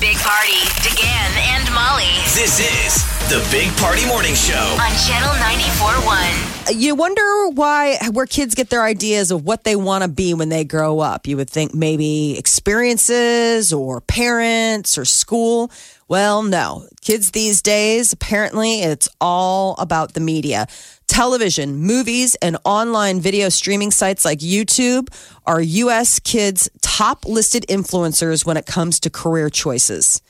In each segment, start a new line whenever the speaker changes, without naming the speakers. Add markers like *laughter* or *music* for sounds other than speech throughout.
Big Party, DeGan and Molly
This is the Big Party Morning Show.
on Channel 94.1.
You wonder why where kids get their ideas of what they want to be when they grow up. You would think maybe experiences or parents or school. Well, no. Kids these days, apparently, it's all about the media. Television, movies, and online video streaming sites like YouTube are US kids' top listed influencers when it comes to career choices.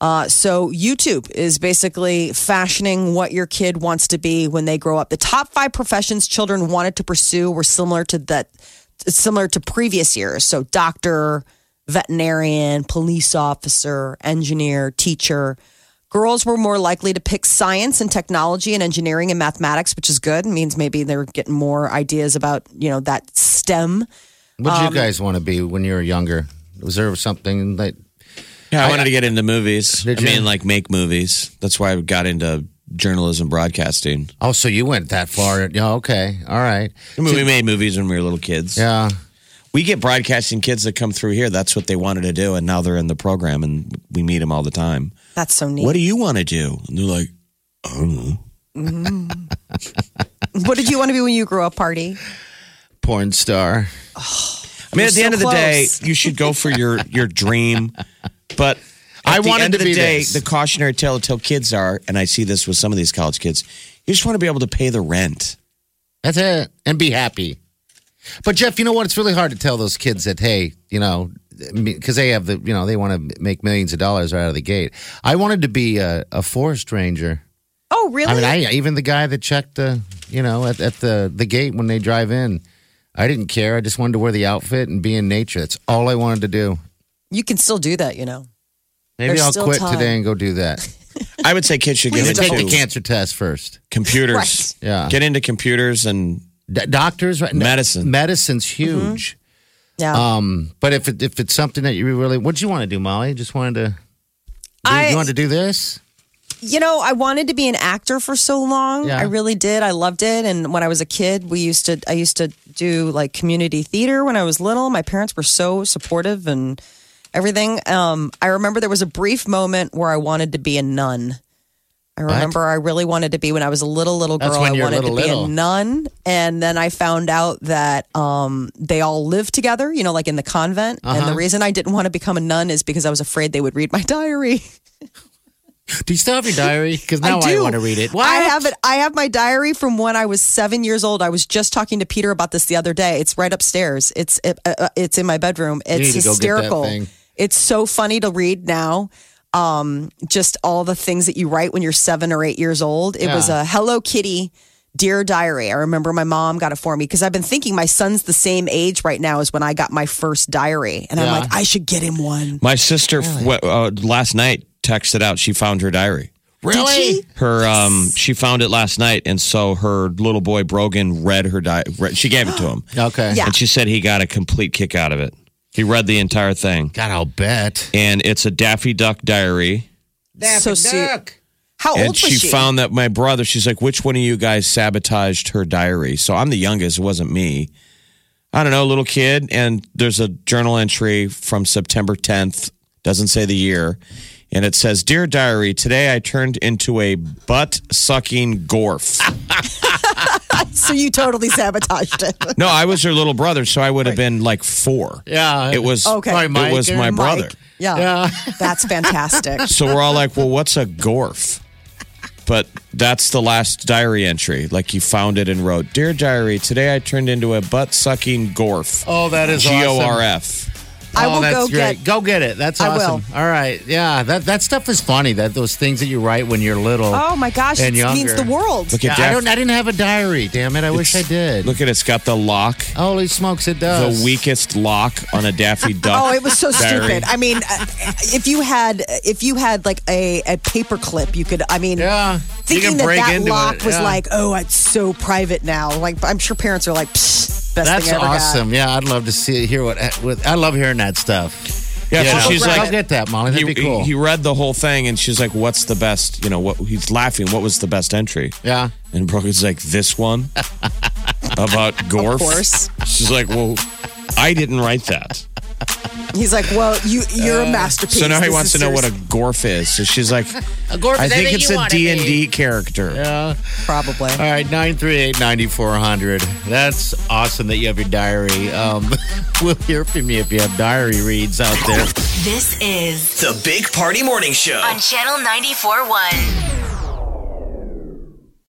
Uh, so YouTube is basically fashioning what your kid wants to be when they grow up. The top five professions children wanted to pursue were similar to that, similar to previous years. So doctor, veterinarian, police officer, engineer, teacher. Girls were more likely to pick science and technology and engineering and mathematics, which is good. It means maybe they're getting more ideas about you know that STEM.
What did you guys want to be when you were younger? Was there something that
Yeah, I, wanted to get into movies.
Did
I mean,
you?
like make movies. That's why I got into journalism broadcasting.
Oh, so you went that far? Yeah. Okay. All right.
I mean, we made movies when we were little kids.
Yeah.
We get broadcasting kids that come through here. That's what they wanted to do, and now they're in the program, and we meet them all the time.
That's so neat.
What do you want to do? And they're like, I don't know.
*laughs* what did you want to be when you grew up? Party.
Porn star.
I mean, at the
so
end of the
close.
day, you should go for your your dream. But at
*laughs* I
the
wanted
end of
to
the
be
day,
this.
the cautionary tale to tell kids are, and I see this with some of these college kids. You just want to be able to pay the rent.
That's it. And be happy. But Jeff, you know what? It's really hard to tell those kids that, hey, you know, because they have the, you know, they want to make millions of dollars right out of the gate. I wanted to be a, a forest ranger.
Oh, really?
I mean, I even the guy that checked the, you know, at, at the the gate when they drive in. I didn't care. I just wanted to wear the outfit and be in nature. That's all I wanted to do.
you can still do that, you know.
Maybe
There's
I'll
still
quit
time.
today and go do *laughs* that.
I would say kids should get
And
Please
into
take the
don't.
cancer test first.
computers.
Right.
Yeah.
Get into computers and
D- doctors, right?
Medicine.
Medicine's
Mm-hmm.
huge.
Yeah.
Uh,
Um, but if it, if it's something that you really, what do you want to do, Molly? Just wanted to.
I-
you wanted to do this?
you know, I wanted to be an actor for so long.
Yeah.
I really did. I loved it. And when I was a kid, we used to I used to do like community theater when I was little. My parents were so supportive and everything. Um, I remember there was a brief moment where I wanted to be a nun. I remember I really wanted to be when I was a little little girl.
That's when
I
you're
wanted
little,
to be
little.
a nun, and then I found out that um, they all lived together. You know, like in the convent.
Uh-huh.
And the reason I didn't want to become a nun is because I was afraid they would read my diary. *laughs*
Do you still have your *laughs* diary? Because now I,
do.
want to read it. What?
I have it. I have my diary from when I was seven years old. I was just talking to Peter about this the other day. It's right upstairs. It's it, uh, uh, it's in my bedroom. It's
need to go get that
hysterical.
thing.
It's so funny to read now. Um, just all the things that you write when you're seven or eight years old. It was
Yeah.
a Hello Kitty. Dear diary, I remember my mom got it for me because I've been thinking my son's the same age right now as when I got my first diary, and I'm
Yeah.
like, I should get him one.
my sister f- wa- uh, last night texted out she found her diary.
Really?
Did she?
Her um she found it last night and so her little boy Brogan read her di- read, she gave it to
*gasps*
him.
Okay.
Yeah.
And she said he got a complete kick out of it. He read the entire thing.
God, I'll bet.
And it's a Daffy Duck diary.
So sweet. How
and
old was
she,
she?
found that my brother, she's like, which one of you guys sabotaged her diary? So I'm the youngest. It wasn't me. I don't know, little kid. And there's a journal entry from September 10th, doesn't say the year. And it says, Dear diary, today I turned into a butt sucking
*laughs*
gorf.
so you totally sabotaged
*laughs*
it.
no, I was her little brother, so I would have been like four.
Yeah.
It was,
Okay.
Sorry,
it
Mike.
was my
Mike.
brother.
Yeah.
Yeah.
That's fantastic.
So we're all like, well, what's a gorf? But that's the last diary entry. Like he found it and wrote, Dear diary, today I turned into a butt sucking gorf.
Oh, that is
G O R F.
I
oh,
will
that's
go
great.
get.
Go get it. That's
I
awesome. All right. Yeah. That that stuff is funny. That those things that you write when you're little.
Oh my gosh, it
And
means
younger.
the world.
Look
Yeah,
at
I
that.
don't. I didn't have a diary. Damn it. I wish I did.
Look at it. It's got the lock.
Holy smokes, it does.
The weakest lock on a Daffy
*laughs*
Duck.
Oh, it was
*laughs*
so
diary.
stupid. I mean, uh, if you had if you had like a a paper clip, you could. I mean,
Yeah. You
thinking
can
that
break
that
into
lock
it.
was
Yeah.
like, oh, it's so private now. Like, I'm sure parents are like, Psh, best
That's
thing I ever
awesome. Yeah, I'd love to see hear what, what I love hearing that stuff.
Yeah,
You
so
know?
she's
I'll
like,
get that, Molly. That'd
he,
be cool.
he read the whole thing, and she's like, "What's the best? You know, what?" He's laughing. What was the best entry?
yeah.
And Brogan's like, "This one about
*laughs*
Gorf."
Of course.
She's like, "Well, I didn't write that."
got. He's like, well, you you're a masterpiece.
So now he
This
wants
is
to know what a
yours.
Gorf is. So she's like,
A Gorf
"I
is
think
anything
it's
you
a
wanna
D and D character."
Yeah.
probably.
All right, 938 9400. That's awesome that you have your diary. Um, *laughs* we'll hear from you if you have diary reads out there.
This is
The Big Party Morning Show.
on Channel 94.1.